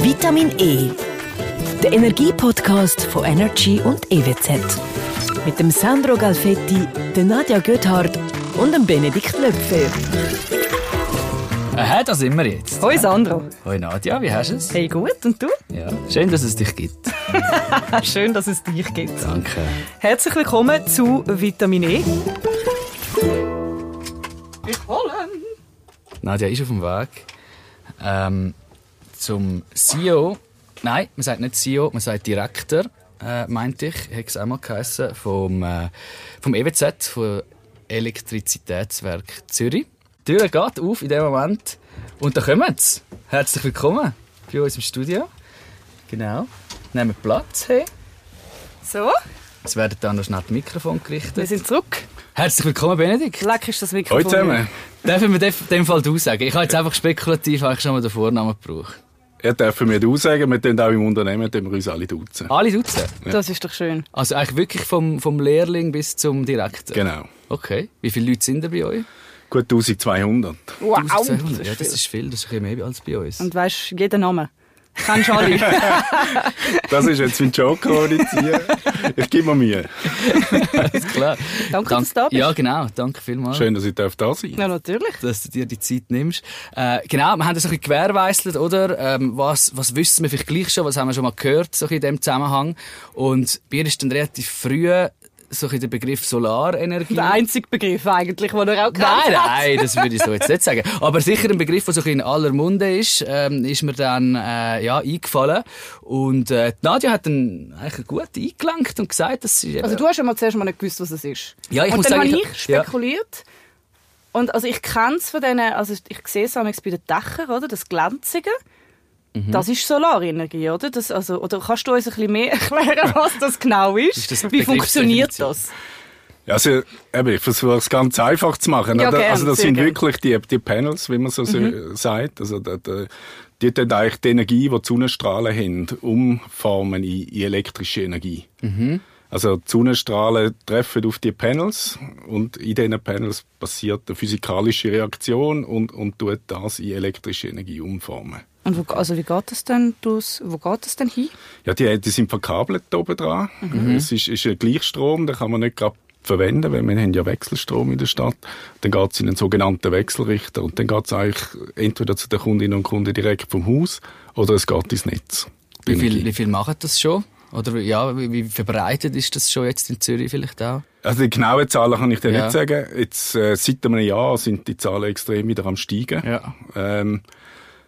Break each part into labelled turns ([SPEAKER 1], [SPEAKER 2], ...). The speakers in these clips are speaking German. [SPEAKER 1] Vitamin E. Der Energie-Podcast von Energy und EWZ. Mit dem Sandro Galfetti, der Nadja Göthardt und dem Benedikt Löpfer.
[SPEAKER 2] Aha, Äh, da sind wir jetzt.
[SPEAKER 3] Hoi Sandro.
[SPEAKER 2] Hoi Nadja, wie hast du es?
[SPEAKER 3] Hey, gut. Und du?
[SPEAKER 2] Ja. Schön, dass es dich gibt.
[SPEAKER 3] Ah, schön, dass es dich gibt.
[SPEAKER 2] Danke.
[SPEAKER 3] Herzlich willkommen zu Vitamin E. Ich wollen.
[SPEAKER 2] Nadja ist auf dem Weg ähm, zum CEO. Nein, man sagt nicht CEO, man sagt Direktor, äh, meinte ich. Hat es einmal geheissen, vom, äh, vom EWZ, vom Elektrizitätswerk Zürich. Die Tür geht auf in dem Moment. Und da kommen sie. Herzlich willkommen bei uns im Studio. Genau. Nehmen Platz. Hey.
[SPEAKER 3] So,
[SPEAKER 2] Jetzt werden dann noch schnell die Mikrofon
[SPEAKER 3] wir
[SPEAKER 2] gerichtet.
[SPEAKER 3] sind zurück.
[SPEAKER 2] Herzlich willkommen, Benedikt.
[SPEAKER 3] Leck ist das Mikrofon.
[SPEAKER 4] Hallo zusammen.
[SPEAKER 2] Dürfen wir def- dem Fall du sagen? Ich habe jetzt einfach spekulativ eigentlich schon mal den Vornamen gebraucht.
[SPEAKER 4] Er darf mir du sagen, wir tun auch im Unternehmen tun wir uns alle duzen.
[SPEAKER 2] Alle duzen.
[SPEAKER 3] Das ist doch schön.
[SPEAKER 2] Also eigentlich wirklich vom, vom Lehrling bis zum Direktor.
[SPEAKER 4] Genau.
[SPEAKER 2] Okay. Wie viele Leute sind da bei euch?
[SPEAKER 4] Gut 1200.
[SPEAKER 3] Wow.
[SPEAKER 2] 1200.
[SPEAKER 3] Das
[SPEAKER 2] Ja,
[SPEAKER 3] ist
[SPEAKER 2] das
[SPEAKER 3] viel.
[SPEAKER 2] ist viel. Das ist ein bisschen mehr als bei uns.
[SPEAKER 3] Und weisst, jeden Namen. Kennst alle.
[SPEAKER 4] Das ist jetzt mein Joker, den ich ziehe. Ich gebe mir Mühe.
[SPEAKER 2] Alles klar.
[SPEAKER 3] Danke, dass du da bist.
[SPEAKER 2] Ja, genau. Danke vielmals.
[SPEAKER 4] Schön, dass ich da sein darf.
[SPEAKER 3] ja, natürlich.
[SPEAKER 2] dass du dir die Zeit nimmst. Äh, genau, wir haben das ein bisschen gewährleistet, oder? Ähm, was, was wissen wir vielleicht gleich schon, was haben wir schon mal gehört, so ein bisschen in dem Zusammenhang. Und bei ihr ist dann relativ früh so ein bisschen der Begriff Solarenergie.
[SPEAKER 3] Der einzige Begriff eigentlich, den er auch kennt.
[SPEAKER 2] Hm. Nein, nein, das würde ich so jetzt nicht sagen. Aber sicher ein Begriff, der so ein bisschen in aller Munde ist, ähm, ist mir dann äh, ja, eingefallen. Und äh, die Nadja hat dann eigentlich gut eingelenkt und gesagt, dass sie...
[SPEAKER 3] Also du hast ja mal zuerst mal nicht gewusst, was es ist.
[SPEAKER 2] Ja, ich
[SPEAKER 3] und
[SPEAKER 2] muss
[SPEAKER 3] dann
[SPEAKER 2] sagen,
[SPEAKER 3] habe
[SPEAKER 2] ich-
[SPEAKER 3] ich spekuliert. Und also ich kenne es von denen, also ich sehe es manchmal bei den Dächern, oder? Das Glänzige.
[SPEAKER 2] Mhm.
[SPEAKER 3] Das ist Solarenergie, oder? Das, also, oder kannst du uns ein bisschen mehr erklären, was das genau ist?
[SPEAKER 2] Ist das
[SPEAKER 3] Wie funktioniert das?
[SPEAKER 4] Also, eben, ich versuche es ganz einfach zu machen.
[SPEAKER 3] Ja,
[SPEAKER 4] Also,
[SPEAKER 3] gern,
[SPEAKER 4] also das
[SPEAKER 3] sehr Mhm.
[SPEAKER 4] sind
[SPEAKER 3] gern.
[SPEAKER 4] wirklich die, die Panels, wie man so se- sagt. Also, da, da, die tun eigentlich die Energie, die die Sonnenstrahlen haben, umformen in, in elektrische Energie.
[SPEAKER 3] Mhm.
[SPEAKER 4] Also die Sonnenstrahlen treffen auf die Panels und in diesen Panels passiert eine physikalische Reaktion und, und tut das in elektrische Energie umformen.
[SPEAKER 3] Und wo, also wie geht das denn? du's- Wo geht das denn hin?
[SPEAKER 4] Ja, die, die sind verkabelt da oben dran.
[SPEAKER 2] Mhm.
[SPEAKER 4] Es ist, ist ein Gleichstrom, den kann man nicht gerade verwenden, weil wir haben ja Wechselstrom in der Stadt. Dann geht es in einen sogenannten Wechselrichter und dann geht es eigentlich entweder zu den Kundinnen und Kunden direkt vom Haus oder es geht ins Netz. Die
[SPEAKER 2] Wie viel,
[SPEAKER 4] Energie.
[SPEAKER 2] wie viel machen das schon? Oder ja, wie, wie verbreitet ist das schon jetzt in Zürich vielleicht auch?
[SPEAKER 4] Also die genauen Zahlen kann ich dir
[SPEAKER 2] Ja.
[SPEAKER 4] nicht sagen. Jetzt, äh, seit einem Jahr sind die Zahlen extrem wieder am steigen.
[SPEAKER 2] Ja.
[SPEAKER 4] Ähm,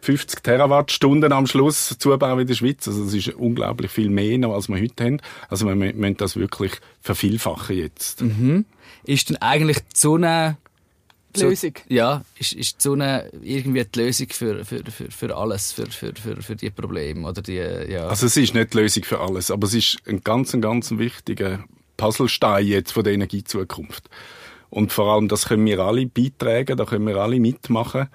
[SPEAKER 4] 50 Terawattstunden am Schluss Zubau in der Schweiz. Also das ist unglaublich viel mehr noch, als wir heute haben. Also wir mü- müssen das wirklich vervielfachen jetzt.
[SPEAKER 2] Ist dann eigentlich die Sonne...
[SPEAKER 3] Die
[SPEAKER 2] so-
[SPEAKER 3] Lösung.
[SPEAKER 2] Ja, ist, ist die Sonne irgendwie die Lösung für, für, für, für alles, für, für, für, für die Probleme oder die... Ja.
[SPEAKER 4] Also es ist nicht die Lösung für alles, aber es ist ein ganz, ein ganz wichtiger Puzzlestein jetzt von der Energiezukunft. Und vor allem, das können wir alle beitragen, da können wir alle mitmachen.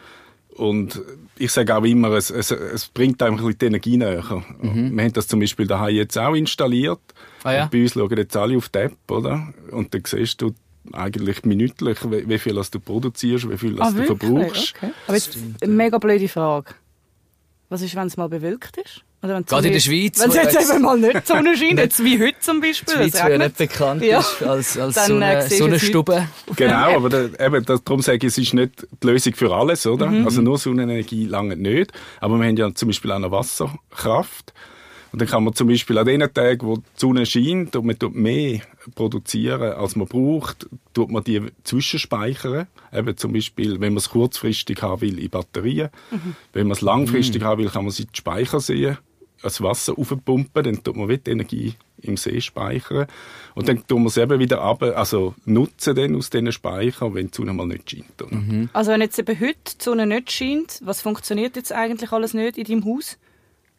[SPEAKER 4] Und ich sage auch immer, es, es, es bringt einem ein bisschen die Energie näher. Wir haben das zum Beispiel daheim jetzt auch installiert.
[SPEAKER 2] Mhm. Ah ja.
[SPEAKER 4] Und Bei uns schauen jetzt alle auf die App, oder? Und dann siehst du eigentlich minütlich, wie, wie viel das du produzierst, wie
[SPEAKER 2] Ah,
[SPEAKER 4] viel das du verbrauchst.
[SPEAKER 3] Ah, Okay. Aber jetzt eine mega blöde Frage. Was ist, wenn es mal bewölkt ist? Oder wenn die
[SPEAKER 2] Gerade in
[SPEAKER 3] Sonne-
[SPEAKER 2] der Schweiz,
[SPEAKER 3] Wenn es
[SPEAKER 2] wo
[SPEAKER 3] jetzt
[SPEAKER 2] jetzt-
[SPEAKER 3] eben mal nicht die Sonne scheint, jetzt wie heute zum Beispiel.
[SPEAKER 2] Die
[SPEAKER 3] es
[SPEAKER 2] Schweiz, die ja
[SPEAKER 3] Äh, regnet.
[SPEAKER 2] nicht bekannt
[SPEAKER 3] Ja.
[SPEAKER 2] ist als, als
[SPEAKER 3] Dann, äh,
[SPEAKER 2] Sonne,
[SPEAKER 3] siehst du es
[SPEAKER 2] Sonnenstube.
[SPEAKER 4] Genau, aber da, eben, das, darum sage ich, es ist nicht die Lösung für alles, oder? Also nur Sonnenenergie lange nicht. Aber wir haben ja zum Beispiel auch noch Wasserkraft. Und dann kann man zum Beispiel an den Tagen, wo die Sonne scheint und man tut mehr produzieren, als man braucht, tut man die zwischenspeichern. Eben zum Beispiel, wenn man es kurzfristig haben will, in Batterien. Wenn man es langfristig haben will, kann man es in die Speichersee, das Wasser aufpumpen, dann tut man wieder die Energie im See speichern. Und dann tun wir es eben wieder ab, also nutzen dann aus diesen Speichern, wenn die Sonne mal nicht scheint. Oder?
[SPEAKER 3] Also wenn jetzt eben heute die Sonne nicht scheint, was funktioniert jetzt eigentlich alles nicht in deinem Haus?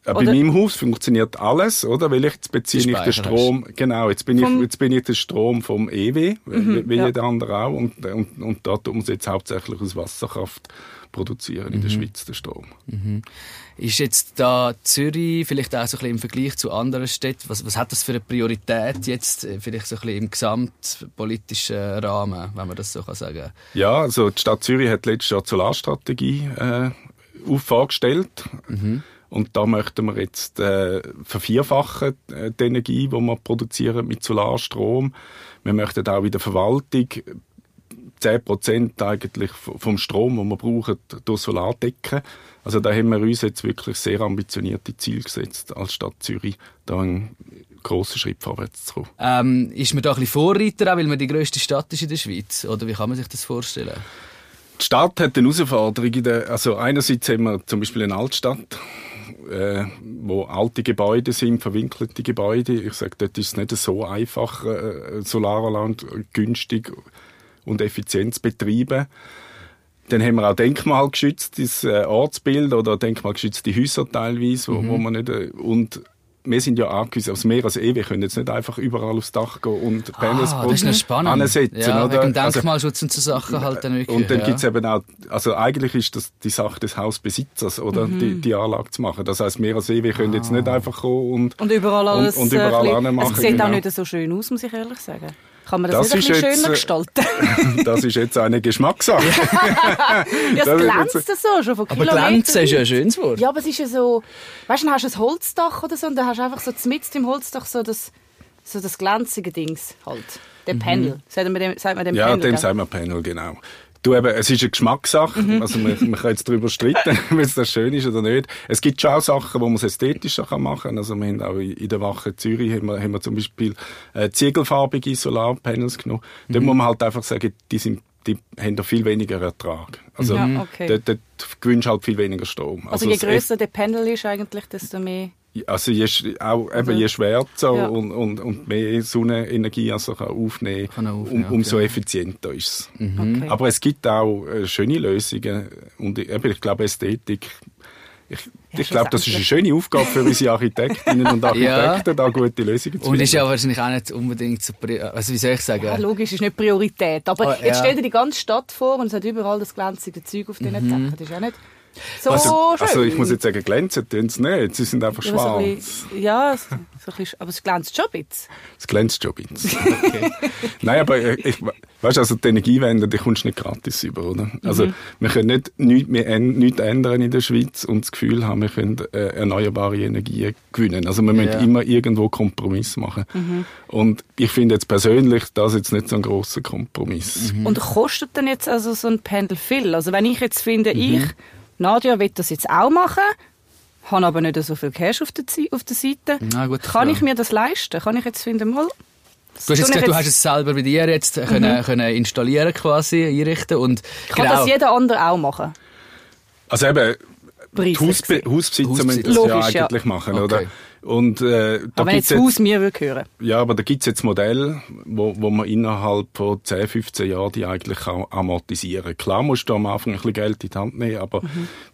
[SPEAKER 4] Äh, Bei
[SPEAKER 3] Oder-
[SPEAKER 4] meinem Haus funktioniert alles, oder? Weil ich jetzt beziehe
[SPEAKER 2] Die
[SPEAKER 4] ich den
[SPEAKER 2] Speicher hast.
[SPEAKER 4] Strom, genau, jetzt bin,
[SPEAKER 3] Vom- Mhm,
[SPEAKER 4] ich, jetzt bin ich den Strom vom EW, wie, wie
[SPEAKER 3] ja.
[SPEAKER 4] jeder andere auch, und, und, und da tun wir es jetzt hauptsächlich aus Wasserkraft produzieren in der
[SPEAKER 3] Mhm.
[SPEAKER 4] Schweiz, den Strom.
[SPEAKER 2] Ist jetzt da Zürich vielleicht auch so ein bisschen im Vergleich zu anderen Städten, was, was hat das für eine Priorität jetzt, äh, vielleicht so ein bisschen im gesamtpolitischen Rahmen, wenn man das so kann sagen
[SPEAKER 4] Ja, also die Stadt Zürich hat letztes Jahr die Solarstrategie äh, auf- vorgestellt. Und da möchten wir jetzt äh, vervierfachen, äh, die Energie, die wir produzieren mit Solarstrom. Wir möchten auch in der Verwaltung 10% eigentlich vom Strom, den wir brauchen, durch Solar decken. Also da haben wir uns jetzt wirklich sehr ambitionierte Ziele gesetzt, als Stadt Zürich da einen grossen Schritt vorwärts zu kommen.
[SPEAKER 2] Ähm, ist man da ein bisschen Vorreiter, auch weil man die grösste Stadt ist in der Schweiz? Oder wie kann man sich das vorstellen?
[SPEAKER 4] Die Stadt hat eine Herausforderung. In der, also einerseits haben wir zum Beispiel eine Altstadt, äh, wo alte Gebäude sind, verwinkelte Gebäude. Ich sage, dort ist es nicht so einfach, äh, Solaranlage günstig und effizient zu betreiben. Dann haben wir auch denkmalgeschütztes äh, Ortsbild oder denkmalgeschützte Häuser teilweise,
[SPEAKER 2] Mhm.
[SPEAKER 4] wo, wo man nicht, äh, und wir sind ja angewiesen aufs Meer, also eh, wir können jetzt nicht einfach überall aufs Dach gehen und Panels
[SPEAKER 2] Ah, das ist noch spannend.
[SPEAKER 4] ansetzen,
[SPEAKER 2] ja,
[SPEAKER 4] oder?
[SPEAKER 2] Wegen
[SPEAKER 4] Also-
[SPEAKER 2] Denkmalschutz und so Sachen halt dann wirklich.
[SPEAKER 4] Äh, und dann
[SPEAKER 2] ja.
[SPEAKER 4] gibt's eben auch, also eigentlich ist das die Sache des Hausbesitzers, oder?
[SPEAKER 3] Mhm.
[SPEAKER 4] Die, die Anlage zu machen. Das heißt, wir als EW können jetzt nicht einfach kommen und,
[SPEAKER 3] Ah. Und überall alles.
[SPEAKER 4] Und, und überall
[SPEAKER 3] äh, ein bisschen-
[SPEAKER 4] anmachen,
[SPEAKER 3] Es sieht auch
[SPEAKER 4] genau.
[SPEAKER 3] nicht so schön aus, muss ich ehrlich sagen. Kann man das,
[SPEAKER 4] Das
[SPEAKER 3] nicht ein
[SPEAKER 4] ist
[SPEAKER 3] bisschen
[SPEAKER 4] jetzt,
[SPEAKER 3] schöner
[SPEAKER 4] äh,
[SPEAKER 3] gestalten?
[SPEAKER 4] das ist jetzt eine Geschmackssache.
[SPEAKER 3] ja, es
[SPEAKER 4] das ist
[SPEAKER 3] glänzt so, schon von
[SPEAKER 2] Aber
[SPEAKER 3] Kilometern.
[SPEAKER 2] glänzen ist ja ein schönes Wort.
[SPEAKER 3] Ja, aber es ist ja so, weißt du, dann hast du ein Holzdach oder so und dann hast du einfach so mitten im Holzdach so das, so das glänzige Dings halt.
[SPEAKER 2] Mhm.
[SPEAKER 3] Der Panel. Sagt man dem, sagt man dem
[SPEAKER 4] Ja,
[SPEAKER 3] Panel?
[SPEAKER 4] dem
[SPEAKER 3] gell?
[SPEAKER 4] sagen wir Panel, genau. Du eben, es ist eine Geschmackssache,
[SPEAKER 3] Mhm.
[SPEAKER 4] also man, man kann jetzt darüber streiten, ob es das schön ist oder nicht. Es gibt schon auch Sachen, wo man es ästhetischer kann machen kann. Also wir haben auch in in der Wache Zürich haben wir, haben wir zum Beispiel äh, ziegelfarbige Solarpanels genommen. Dort
[SPEAKER 2] Mhm.
[SPEAKER 4] muss man halt einfach sagen, die, sind, die haben da viel weniger Ertrag. Also
[SPEAKER 3] Ja, okay.
[SPEAKER 4] dort, dort gewinnst du halt viel weniger Strom.
[SPEAKER 3] Also, je
[SPEAKER 4] das Eff-
[SPEAKER 3] grösser der Panel ist eigentlich, desto mehr.
[SPEAKER 4] also je, sch- auch, eben, je schwärzer
[SPEAKER 3] Ja.
[SPEAKER 4] und, und, und mehr Sonnenenergie als er kann aufnehmen
[SPEAKER 2] Kann er
[SPEAKER 4] um,
[SPEAKER 2] aufnehmen,
[SPEAKER 4] umso
[SPEAKER 2] okay. Mhm.
[SPEAKER 4] effizienter ist es.
[SPEAKER 3] Okay.
[SPEAKER 4] Aber es gibt auch äh, schöne Lösungen und ich, eben, ich glaube Ästhetik. Ich, ich glaube, das ist eine schöne Aufgabe für unsere Architektinnen und Architekten, da gute Lösungen zu
[SPEAKER 2] Und ist
[SPEAKER 4] finden.
[SPEAKER 2] ja wahrscheinlich auch nicht unbedingt so. pri- Also, wie soll ich sagen?
[SPEAKER 3] ja, logisch, ist nicht Priorität. Aber
[SPEAKER 2] Ah,
[SPEAKER 3] jetzt
[SPEAKER 2] ja.
[SPEAKER 3] stell dir die ganze Stadt vor und es hat überall das glänzige Zeug auf
[SPEAKER 2] Mhm.
[SPEAKER 3] diesen Dächern. Das ist auch nicht so
[SPEAKER 4] also,
[SPEAKER 3] schön.
[SPEAKER 4] also ich muss jetzt sagen, glänzen tun sie nicht, sie sind einfach
[SPEAKER 3] Ja, aber so ein
[SPEAKER 4] schwarz.
[SPEAKER 3] bisschen- Ja, so ein bisschen, aber es glänzt schon ein bisschen.
[SPEAKER 4] Es glänzt schon ein bisschen. Nein, aber äh, ich, ich- weißt, du, also die Energiewende, die kommst du nicht gratis über, oder? Also
[SPEAKER 3] Mhm.
[SPEAKER 4] wir können nicht nichts mehr änd- nichts ändern in der Schweiz und das Gefühl haben, wir können äh, erneuerbare Energien gewinnen. Also wir müssen
[SPEAKER 2] Ja.
[SPEAKER 4] immer irgendwo Kompromiss machen.
[SPEAKER 3] Mhm.
[SPEAKER 4] Und ich finde jetzt persönlich, das ist jetzt nicht so ein großer Kompromiss.
[SPEAKER 2] Mhm.
[SPEAKER 3] Und kostet denn jetzt also so ein Pendel viel? Also wenn ich jetzt finde,
[SPEAKER 2] Mhm.
[SPEAKER 3] ich, Nadja, will das jetzt auch machen, habe aber nicht so viel Cash auf der, Zi- auf der Seite,
[SPEAKER 2] Na gut,
[SPEAKER 3] kann
[SPEAKER 2] ja.
[SPEAKER 3] ich mir das leisten? Kann ich jetzt finden, mal...
[SPEAKER 2] Du hast jetzt gesagt, du hast es selber bei dir jetzt können, können installieren quasi, einrichten und
[SPEAKER 3] Mhm. Kann
[SPEAKER 2] genau,
[SPEAKER 3] das jeder andere auch machen?
[SPEAKER 4] Also eben, die
[SPEAKER 3] Preise
[SPEAKER 4] Hausbe
[SPEAKER 3] gesehen.
[SPEAKER 4] Hausbesitzer müssen das ja
[SPEAKER 3] Logisch, ja.
[SPEAKER 4] eigentlich machen,
[SPEAKER 2] Okay.
[SPEAKER 4] oder? Und äh, da
[SPEAKER 3] Aber wenn
[SPEAKER 4] gibt's
[SPEAKER 3] jetzt das Haus mir würde hören.
[SPEAKER 4] Ja, aber da gibt's jetzt Modelle, wo, wo man innerhalb von 10, 15 Jahren die eigentlich kann amortisieren Klar musst du am Anfang ein bisschen Geld in die Hand nehmen, aber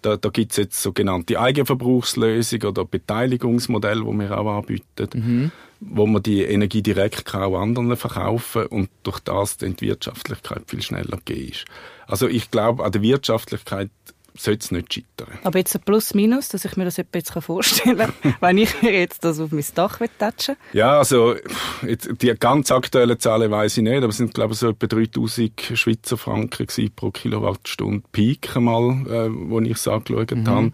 [SPEAKER 4] da, da gibt's jetzt sogenannte Eigenverbrauchslösung oder Beteiligungsmodelle, wo wir auch anbieten, wo man die Energie direkt kann auch anderen verkaufen und durch das dann die Wirtschaftlichkeit viel schneller gegeben ist. Also ich glaube, an der Wirtschaftlichkeit sollte es nicht scheitern.
[SPEAKER 3] Aber jetzt ein Plus-Minus, dass ich mir das etwa jetzt vorstellen kann, wenn ich mir jetzt das auf mein Dach tätschen
[SPEAKER 4] Ja, also pff, jetzt, die ganz aktuellen Zahlen weiß ich nicht, aber es sind glaube ich so etwa 3000 Schweizer Franken gewesen pro Kilowattstunde Peak einmal, äh, wo ich es angeschaut
[SPEAKER 3] Mhm.
[SPEAKER 4] habe.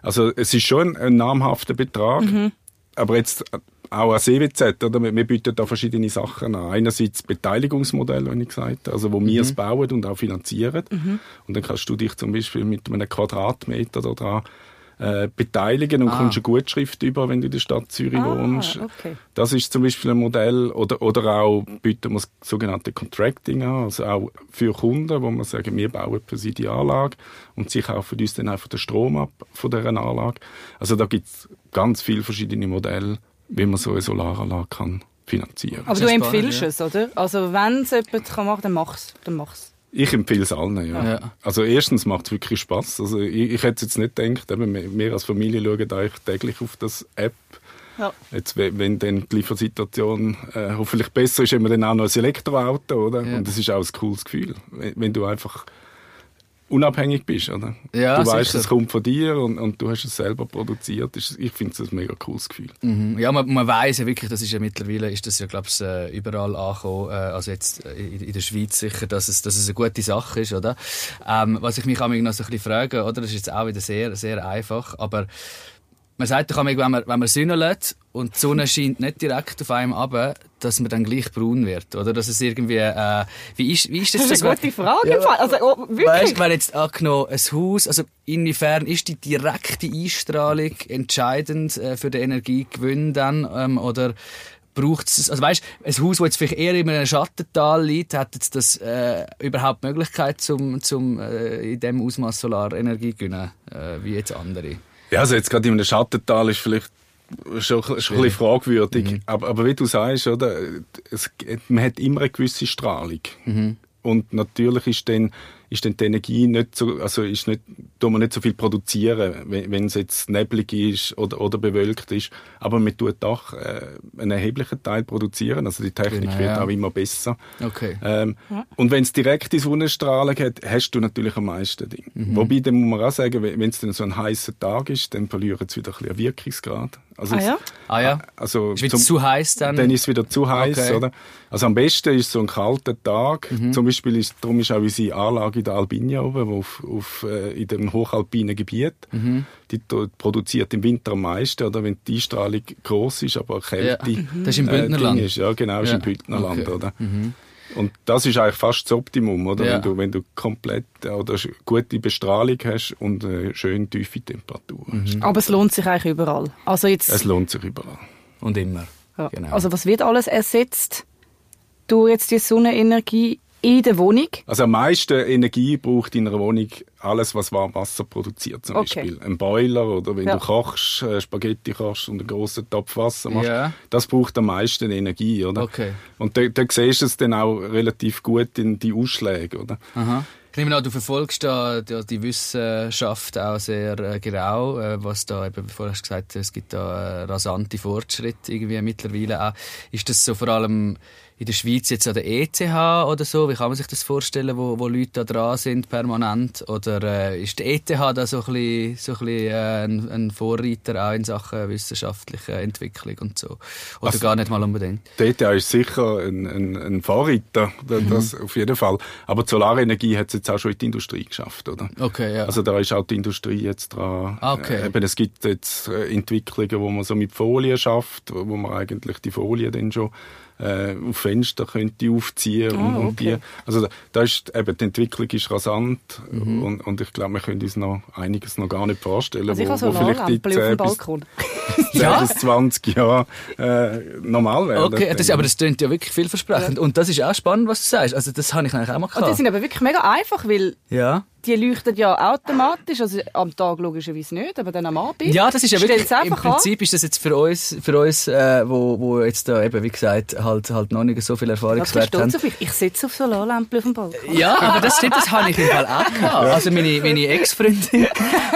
[SPEAKER 4] Also es ist schon ein, ein namhafter Betrag,
[SPEAKER 3] Mhm.
[SPEAKER 4] aber jetzt äh, auch als EWZ, oder? Wir wir bieten da verschiedene Sachen an. Einerseits Beteiligungsmodell, wie ich gesagt habe, also wo
[SPEAKER 3] Mhm.
[SPEAKER 4] wir es bauen und auch finanzieren. Und dann kannst du dich zum Beispiel mit einem Quadratmeter daran äh, beteiligen und
[SPEAKER 2] Ah.
[SPEAKER 4] kommst eine Gutschrift über, wenn du in der Stadt Zürich
[SPEAKER 3] Ah,
[SPEAKER 4] wohnst.
[SPEAKER 3] okay.
[SPEAKER 4] Das ist zum Beispiel ein Modell. Oder, oder auch bieten wir das sogenannte Contracting an, also auch für Kunden, wo wir sagen, wir bauen für sie die Anlage und sie kaufen uns dann einfach den Strom ab von dieser Anlage. Also da gibt es ganz viele verschiedene Modelle, wie man so eine Solaranlage kann finanzieren
[SPEAKER 3] Aber
[SPEAKER 2] ist
[SPEAKER 3] du
[SPEAKER 2] ja spannend,
[SPEAKER 3] empfiehlst
[SPEAKER 2] ja.
[SPEAKER 3] es, oder? Also wenn es jemand kann machen kann, dann mach's. Dann mach's.
[SPEAKER 4] Ich empfehle es allen, ja.
[SPEAKER 2] Ja.
[SPEAKER 4] Also erstens macht es wirklich Spaß. Also ich, ich hätte jetzt nicht gedacht, eben, wir wir als Familie schauen eigentlich täglich auf das App.
[SPEAKER 3] Ja.
[SPEAKER 4] Jetzt, we- wenn dann die Liefersituation äh, hoffentlich besser ist, haben wir dann auch noch ein Elektroauto, oder?
[SPEAKER 2] Ja.
[SPEAKER 4] Und das ist auch ein cooles Gefühl, wenn, wenn du einfach unabhängig bist, oder?
[SPEAKER 2] Ja,
[SPEAKER 4] du weißt,
[SPEAKER 2] sicher.
[SPEAKER 4] es kommt von dir und, und du hast es selber produziert. Ist- Ich finde es ein mega cooles Gefühl.
[SPEAKER 2] Mhm. Ja, man, man weiß ja wirklich, das ist ja mittlerweile, ist das ja, glaube ich, äh, überall angekommen, äh, also jetzt äh, in, in der Schweiz sicher, dass es, dass es eine gute Sache ist, oder? Ähm, was ich mich auch noch so ein bisschen frage, oder, das ist jetzt auch wieder sehr, sehr einfach, aber man sagt doch manchmal, wenn man, wenn man Sonne lässt und die Sonne scheint nicht direkt auf einem ab, dass man dann gleich braun wird, oder? Dass es irgendwie, äh, wie ist, wie ist das?
[SPEAKER 3] Das ist
[SPEAKER 2] sogar-
[SPEAKER 3] eine gute Frage. im Fall. Also, oh, wirklich.
[SPEAKER 2] Weißt, wenn jetzt angenommen, ein Haus, also inwiefern ist die direkte Einstrahlung entscheidend äh, für den Energiegewinn dann, ähm, oder braucht es, also weißt, ein Haus, das jetzt vielleicht eher in einem Schattental liegt, hat jetzt das äh, überhaupt die Möglichkeit, zum, zum äh, in dem Ausmaß Solarenergie zu gewinnen, äh, wie jetzt andere?
[SPEAKER 4] Ja, also jetzt gerade in einem Schattental ist vielleicht schon, schon ein bisschen fragwürdig.
[SPEAKER 2] Mhm.
[SPEAKER 4] Aber, aber wie du sagst, oder, es, man hat immer eine gewisse Strahlung.
[SPEAKER 2] Mhm.
[SPEAKER 4] Und natürlich ist dann, ist dann die Energie nicht so, also ist nicht, tut man nicht so viel produzieren, wenn wenn es jetzt neblig ist oder, oder bewölkt ist. Aber man tut doch äh, einen erheblichen Teil produzieren. Also die Technik
[SPEAKER 2] Genau,
[SPEAKER 4] wird
[SPEAKER 2] ja.
[SPEAKER 4] auch immer besser.
[SPEAKER 2] Okay.
[SPEAKER 4] Ähm, Und wenn es direkte Sonnenstrahlung hat, hast du natürlich am meisten Ding.
[SPEAKER 2] Mhm.
[SPEAKER 4] Wobei, dann muss man auch sagen, wenn es dann so ein heißer Tag ist, dann verlieren es wieder ein bisschen an Wirkungsgrad. Also
[SPEAKER 3] Ah
[SPEAKER 4] es-
[SPEAKER 3] ja?
[SPEAKER 2] Ah ja,
[SPEAKER 4] Also
[SPEAKER 2] ist wieder
[SPEAKER 4] zum-
[SPEAKER 2] zu heiß dann?
[SPEAKER 4] dann ist es wieder zu heiß,
[SPEAKER 2] Okay. Mhm.
[SPEAKER 4] oder? Also am besten ist so ein kalter Tag. Zum Beispiel ist, darum ist auch unsere Anlage in der Albinia oben, wo auf, auf, äh, in dem hochalpinen Gebiet,
[SPEAKER 2] Mhm.
[SPEAKER 4] die to- produziert im Winter am meisten, oder? Wenn die Einstrahlung groß ist, aber
[SPEAKER 2] ja. Mhm.
[SPEAKER 4] Kälte.
[SPEAKER 2] Das ist im
[SPEAKER 4] äh, Ding
[SPEAKER 2] Bündnerland.
[SPEAKER 4] ist. Ja, genau, ist
[SPEAKER 2] Ja.
[SPEAKER 4] im Bündnerland,
[SPEAKER 2] Okay. Mhm.
[SPEAKER 4] oder? Und das ist eigentlich fast das Optimum, oder?
[SPEAKER 2] Ja.
[SPEAKER 4] Wenn, du, wenn du komplett äh, oder sch- gute Bestrahlung hast und eine schön tiefe Temperatur
[SPEAKER 2] Mhm.
[SPEAKER 4] hast.
[SPEAKER 3] Aber es lohnt sich eigentlich überall. Also jetzt,
[SPEAKER 4] Es lohnt sich überall.
[SPEAKER 2] Und immer.
[SPEAKER 3] ja.
[SPEAKER 2] Genau.
[SPEAKER 3] also was wird alles ersetzt durch jetzt die Sonnenenergie in der Wohnung?
[SPEAKER 4] Also am meisten Energie braucht in einer Wohnung alles, was warm Wasser produziert, zum
[SPEAKER 3] Okay.
[SPEAKER 4] Beispiel. Ein Boiler oder wenn
[SPEAKER 3] Ja.
[SPEAKER 4] du kochst, äh, Spaghetti kochst und einen grossen Topf Wasser machst,
[SPEAKER 2] Ja.
[SPEAKER 4] das braucht am meisten Energie, oder?
[SPEAKER 2] Okay.
[SPEAKER 4] Und da, da siehst du es dann auch relativ gut in die Ausschläge, oder?
[SPEAKER 2] Aha. Ich nehme an, du verfolgst da die, die Wissenschaft auch sehr äh, genau, äh, was da eben, bevor hast du gesagt, es gibt da äh, rasante Fortschritte irgendwie mittlerweile auch. Ist das so vor allem in der Schweiz jetzt an der ETH oder so? Wie kann man sich das vorstellen, wo, wo Leute da dran sind permanent? Oder äh, ist die ETH da so ein bisschen, so ein, bisschen äh, ein, ein Vorreiter auch in Sachen wissenschaftlicher Entwicklung und so? Oder
[SPEAKER 4] Also-
[SPEAKER 2] gar nicht mal unbedingt?
[SPEAKER 4] Die ETA ist sicher ein, ein, ein Vorreiter, da-
[SPEAKER 2] Mhm.
[SPEAKER 4] das auf jeden Fall. Aber die Solarenergie hat es jetzt auch schon in die Industrie geschafft, oder?
[SPEAKER 2] Okay, ja.
[SPEAKER 4] Also da ist auch die Industrie jetzt dran.
[SPEAKER 2] Ah, okay.
[SPEAKER 4] Äh, Eben, es gibt jetzt äh, Entwicklungen, wo man so mit Folie schafft, wo wo man eigentlich die Folie dann schon äh, auf Fenster könnte aufziehen und,
[SPEAKER 3] Ah,
[SPEAKER 4] und
[SPEAKER 3] okay.
[SPEAKER 4] die. Also da, da ist eben die Entwicklung ist rasant und, und ich glaube, wir können uns noch einiges noch gar nicht vorstellen,
[SPEAKER 3] Mhm. Also ich
[SPEAKER 4] wo,
[SPEAKER 3] habe so
[SPEAKER 4] wo vielleicht die 10 bis,
[SPEAKER 3] Solarlampen auf dem Balkon.
[SPEAKER 4] 10
[SPEAKER 2] Ja.
[SPEAKER 4] bis 20 Jahre äh, normal werden.
[SPEAKER 2] Okay, das, aber das klingt ja wirklich vielversprechend. Und das ist auch spannend, was du sagst. Also das habe ich eigentlich auch mal
[SPEAKER 3] Und die
[SPEAKER 2] gehabt.
[SPEAKER 3] Ah, sind aber wirklich mega einfach, weil
[SPEAKER 2] Ja.
[SPEAKER 3] die leuchten ja automatisch, also am Tag logischerweise nicht, aber dann am Abend.
[SPEAKER 2] Ja, das ist ja
[SPEAKER 3] Stell's
[SPEAKER 2] wirklich, im
[SPEAKER 3] einfach an.
[SPEAKER 2] Prinzip ist das jetzt für uns, für uns äh, wo, wo jetzt da eben, wie gesagt, halt, halt noch nicht so viel
[SPEAKER 3] Ich bin
[SPEAKER 2] Erfahrungswert haben.
[SPEAKER 3] stolz auf mich. Ich sitze auf Solarlampen auf dem Balkon.
[SPEAKER 2] Ja, aber das stimmt, das habe ich im Fall auch gehabt. Also meine, meine Ex-Freundin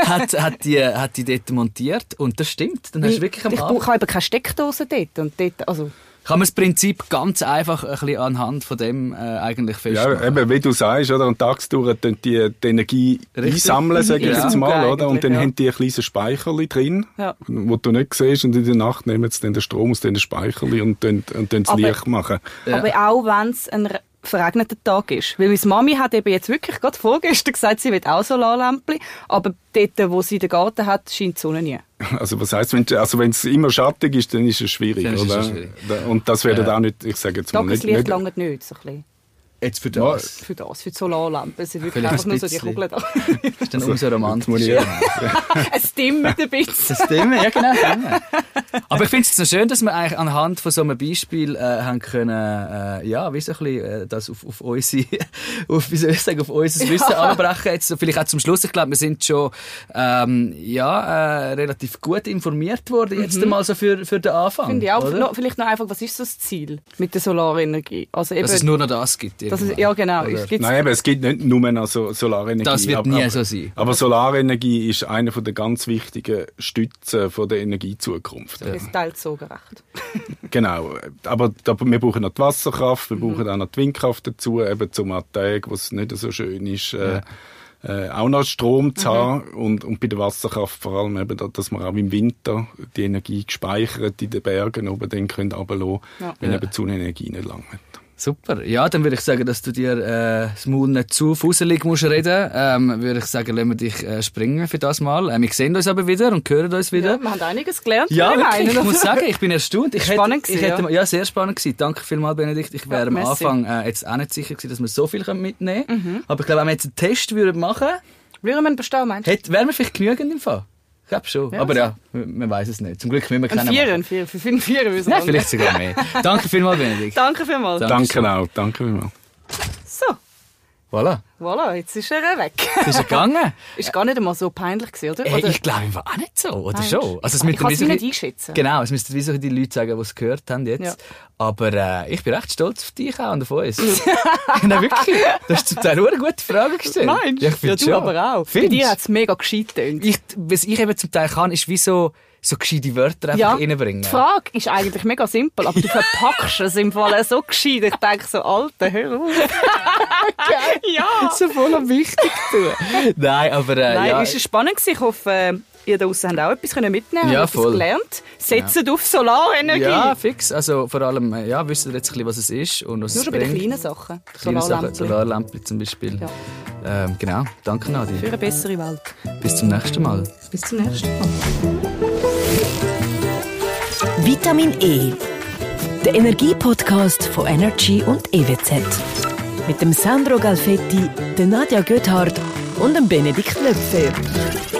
[SPEAKER 2] hat, hat, die, hat die dort montiert und das stimmt. Dann hast du wirklich am
[SPEAKER 3] ich
[SPEAKER 2] Abend-
[SPEAKER 3] brauche eben keine Steckdose dort. Und dort also,
[SPEAKER 2] Kann man das Prinzip ganz einfach ein bisschen anhand von dem äh, eigentlich festmachen.
[SPEAKER 4] Ja, eben, wie du sagst, oder? Und tagsdurch tun die die Energie
[SPEAKER 2] Richtig.
[SPEAKER 4] einsammeln, sage ich
[SPEAKER 2] Ja.
[SPEAKER 4] jetzt mal,
[SPEAKER 3] Super
[SPEAKER 4] oder? Und dann
[SPEAKER 3] eigentlich, ja.
[SPEAKER 4] haben die ein kleines Speicherli drin,
[SPEAKER 3] Ja.
[SPEAKER 4] wo du nicht siehst, und in der Nacht nehmen sie dann den Strom aus diesen Speicherli und dann, und dann das
[SPEAKER 3] Aber-
[SPEAKER 4] Licht machen.
[SPEAKER 3] Aber auch wenn es ein re- verregneter Tag ist. Weil meine Mami hat eben jetzt wirklich gerade vorgestern gesagt, sie will auch Solarlämpchen, aber dort, wo sie den Garten hat, scheint die Sonne nie.
[SPEAKER 4] Also, was heisst, wenn, also, wenn es immer schattig ist, dann ist es schwierig,
[SPEAKER 2] Dann ist es
[SPEAKER 4] oder?
[SPEAKER 2] schon schwierig.
[SPEAKER 4] Da- Und das werden auch nicht, ich sage jetzt mal, nicht,
[SPEAKER 3] Tageslicht
[SPEAKER 4] nicht,
[SPEAKER 3] langt nicht, so ein bisschen.
[SPEAKER 2] Jetzt für das.
[SPEAKER 3] Für das, für die Solarlampe. Es sind wirklich
[SPEAKER 2] Vielleicht
[SPEAKER 3] einfach
[SPEAKER 2] ein
[SPEAKER 3] nur so die
[SPEAKER 2] bisschen.
[SPEAKER 3] Kugeln da.
[SPEAKER 2] Ist dann umso
[SPEAKER 4] Also, muss ich-
[SPEAKER 2] romantischer.
[SPEAKER 3] es stimmt ein bisschen.
[SPEAKER 2] Das stimmt, ja genau. stimmt. Aber ich finde es so schön, dass wir eigentlich anhand von so einem Beispiel äh, haben können, äh, ja, wie so ein bisschen, äh, das auf, auf unsere, auf, wie soll ich sagen, auf unser Wissen anbrechen. Jetzt so vielleicht auch zum Schluss. Ich glaube, wir sind schon, ähm, ja, äh, relativ gut informiert worden jetzt einmal so für, für den Anfang.
[SPEAKER 3] Mhm. Finde ich auch.
[SPEAKER 2] oder?
[SPEAKER 3] Noch, vielleicht noch einfach, was ist so das Ziel mit der Solarenergie? Also eben,
[SPEAKER 2] Dass es nur noch das gibt.
[SPEAKER 3] dass es-
[SPEAKER 2] irgendwann.
[SPEAKER 3] ja genau,
[SPEAKER 2] Oder-
[SPEAKER 3] es gibt
[SPEAKER 4] Nein, aber es gibt nicht nur noch so Solarenergie.
[SPEAKER 2] Das wird
[SPEAKER 4] aber,
[SPEAKER 2] nie
[SPEAKER 4] aber,
[SPEAKER 2] so sein.
[SPEAKER 4] Aber Solarenergie ist eine von der ganz wichtigen Stützen von der Energiezukunft.
[SPEAKER 3] es teilt so gerecht.
[SPEAKER 4] Genau, aber da, wir brauchen noch die Wasserkraft, wir
[SPEAKER 2] Mhm.
[SPEAKER 4] brauchen auch noch die Windkraft dazu, eben zum an Tagen, wo es nicht so schön ist, äh, äh, auch noch Strom
[SPEAKER 2] Mhm.
[SPEAKER 4] zu haben und, und bei der Wasserkraft vor allem eben, da- dass man auch im Winter die Energie gespeichert in den Bergen oben dann können runterlassen, wenn
[SPEAKER 2] Ja.
[SPEAKER 4] eben die Sonnenenergie nicht langt.
[SPEAKER 2] Super. Ja, dann würde ich sagen, dass du dir äh, das Maul nicht zu fusselig musst reden. Ähm, würde ich sagen, lassen wir dich äh, springen für das Mal. Äh, wir sehen uns aber wieder und hören uns wieder.
[SPEAKER 3] Ja, wir haben einiges gelernt.
[SPEAKER 2] Ja,
[SPEAKER 3] würde ich
[SPEAKER 2] wirklich, ich
[SPEAKER 3] meinen.
[SPEAKER 2] muss sagen, ich bin erstaunt. Ich
[SPEAKER 3] Spannend
[SPEAKER 2] hätte, ich
[SPEAKER 3] gewesen,
[SPEAKER 2] hätte, ja. sehr spannend gewesen. Danke vielmals, Benedikt. Ich wäre am
[SPEAKER 3] merci. Mhm.
[SPEAKER 2] Anfang äh, jetzt auch nicht sicher gewesen, dass wir so viel können mitnehmen können. Aber ich glaube, wenn wir jetzt einen Test würden machen
[SPEAKER 3] Würden wir ihn bestellen, meinst du?
[SPEAKER 2] würden, wären wir vielleicht genügend im Fall. Ich glaube schon.
[SPEAKER 3] Ja,
[SPEAKER 2] aber
[SPEAKER 3] also-
[SPEAKER 2] ja, man, man weiß es nicht. Zum Glück müssen wir
[SPEAKER 3] Ein
[SPEAKER 2] keinen
[SPEAKER 3] Vierer,
[SPEAKER 2] machen.
[SPEAKER 3] ein Vierer. Für fünf Vierer müssen
[SPEAKER 2] Nein,
[SPEAKER 3] wir-
[SPEAKER 2] vielleicht sogar mehr. Danke vielmals, Benedikt.
[SPEAKER 3] Danke vielmals.
[SPEAKER 2] Danke.
[SPEAKER 4] Danke auch, danke vielmals.
[SPEAKER 3] So,
[SPEAKER 2] Voilà.
[SPEAKER 3] voilà, jetzt ist er weg.
[SPEAKER 2] Ist er gegangen?
[SPEAKER 3] Ist gar nicht einmal so peinlich gewesen, oder?
[SPEAKER 2] Hey,
[SPEAKER 3] oder?
[SPEAKER 2] Äh, ich glaube, war auch nicht so, oder
[SPEAKER 3] Meinst
[SPEAKER 2] schon? Also,
[SPEAKER 3] du? Ich
[SPEAKER 2] müssen
[SPEAKER 3] kann es
[SPEAKER 2] wie so
[SPEAKER 3] nicht
[SPEAKER 2] die-
[SPEAKER 3] einschätzen.
[SPEAKER 2] Genau, es müssen wie so die Leute sagen, die es gehört haben jetzt.
[SPEAKER 3] Ja.
[SPEAKER 2] Aber äh, ich bin recht stolz auf dich auch und auf uns. Nein, wirklich. Du hast zum Teil eine gute Frage gestellt.
[SPEAKER 3] Meinst
[SPEAKER 2] Ja, ich
[SPEAKER 3] ja,
[SPEAKER 2] find's
[SPEAKER 3] du
[SPEAKER 2] schon.
[SPEAKER 3] aber auch. Bei
[SPEAKER 2] Findest?
[SPEAKER 3] dir hat es mega gescheit getönt.
[SPEAKER 2] ich, Was ich eben zum Teil kann, ist wie so, so gescheite Wörter einfach reinbringen.
[SPEAKER 3] Die Frage ist eigentlich mega simpel, aber du verpackst es im Fall so gescheit. Ich denke so, Alter, hör auf. ja.
[SPEAKER 2] so voll am wichtig tun. Nein, aber äh,
[SPEAKER 3] Nein,
[SPEAKER 2] ja.
[SPEAKER 3] ist es spannend gewesen. Ich hoffe, äh, ihr da draussen habt auch etwas können mitnehmen
[SPEAKER 2] Ja,
[SPEAKER 3] habt etwas
[SPEAKER 2] voll.
[SPEAKER 3] gelernt. Setzt auf Solarenergie.
[SPEAKER 2] ja, fix. Also vor allem, äh, ja, wisst ihr jetzt ein bisschen, was es ist und was
[SPEAKER 3] Nur
[SPEAKER 2] es
[SPEAKER 3] schon bei den
[SPEAKER 2] bringt.
[SPEAKER 3] kleinen Sachen.
[SPEAKER 2] Kleine Sachen,
[SPEAKER 3] Solarlampen.
[SPEAKER 2] Solarlampe zum Beispiel.
[SPEAKER 3] Ja.
[SPEAKER 2] Ähm, genau, danke Nadia.
[SPEAKER 3] Für eine bessere Welt.
[SPEAKER 2] Bis zum nächsten Mal.
[SPEAKER 3] Bis zum nächsten Mal.
[SPEAKER 1] Vitamin E. Der Energie-Podcast von Energy und E EWZ. Mit dem Sandro Galfetti, der Nadja Göthardt und dem Benedikt Löpfer.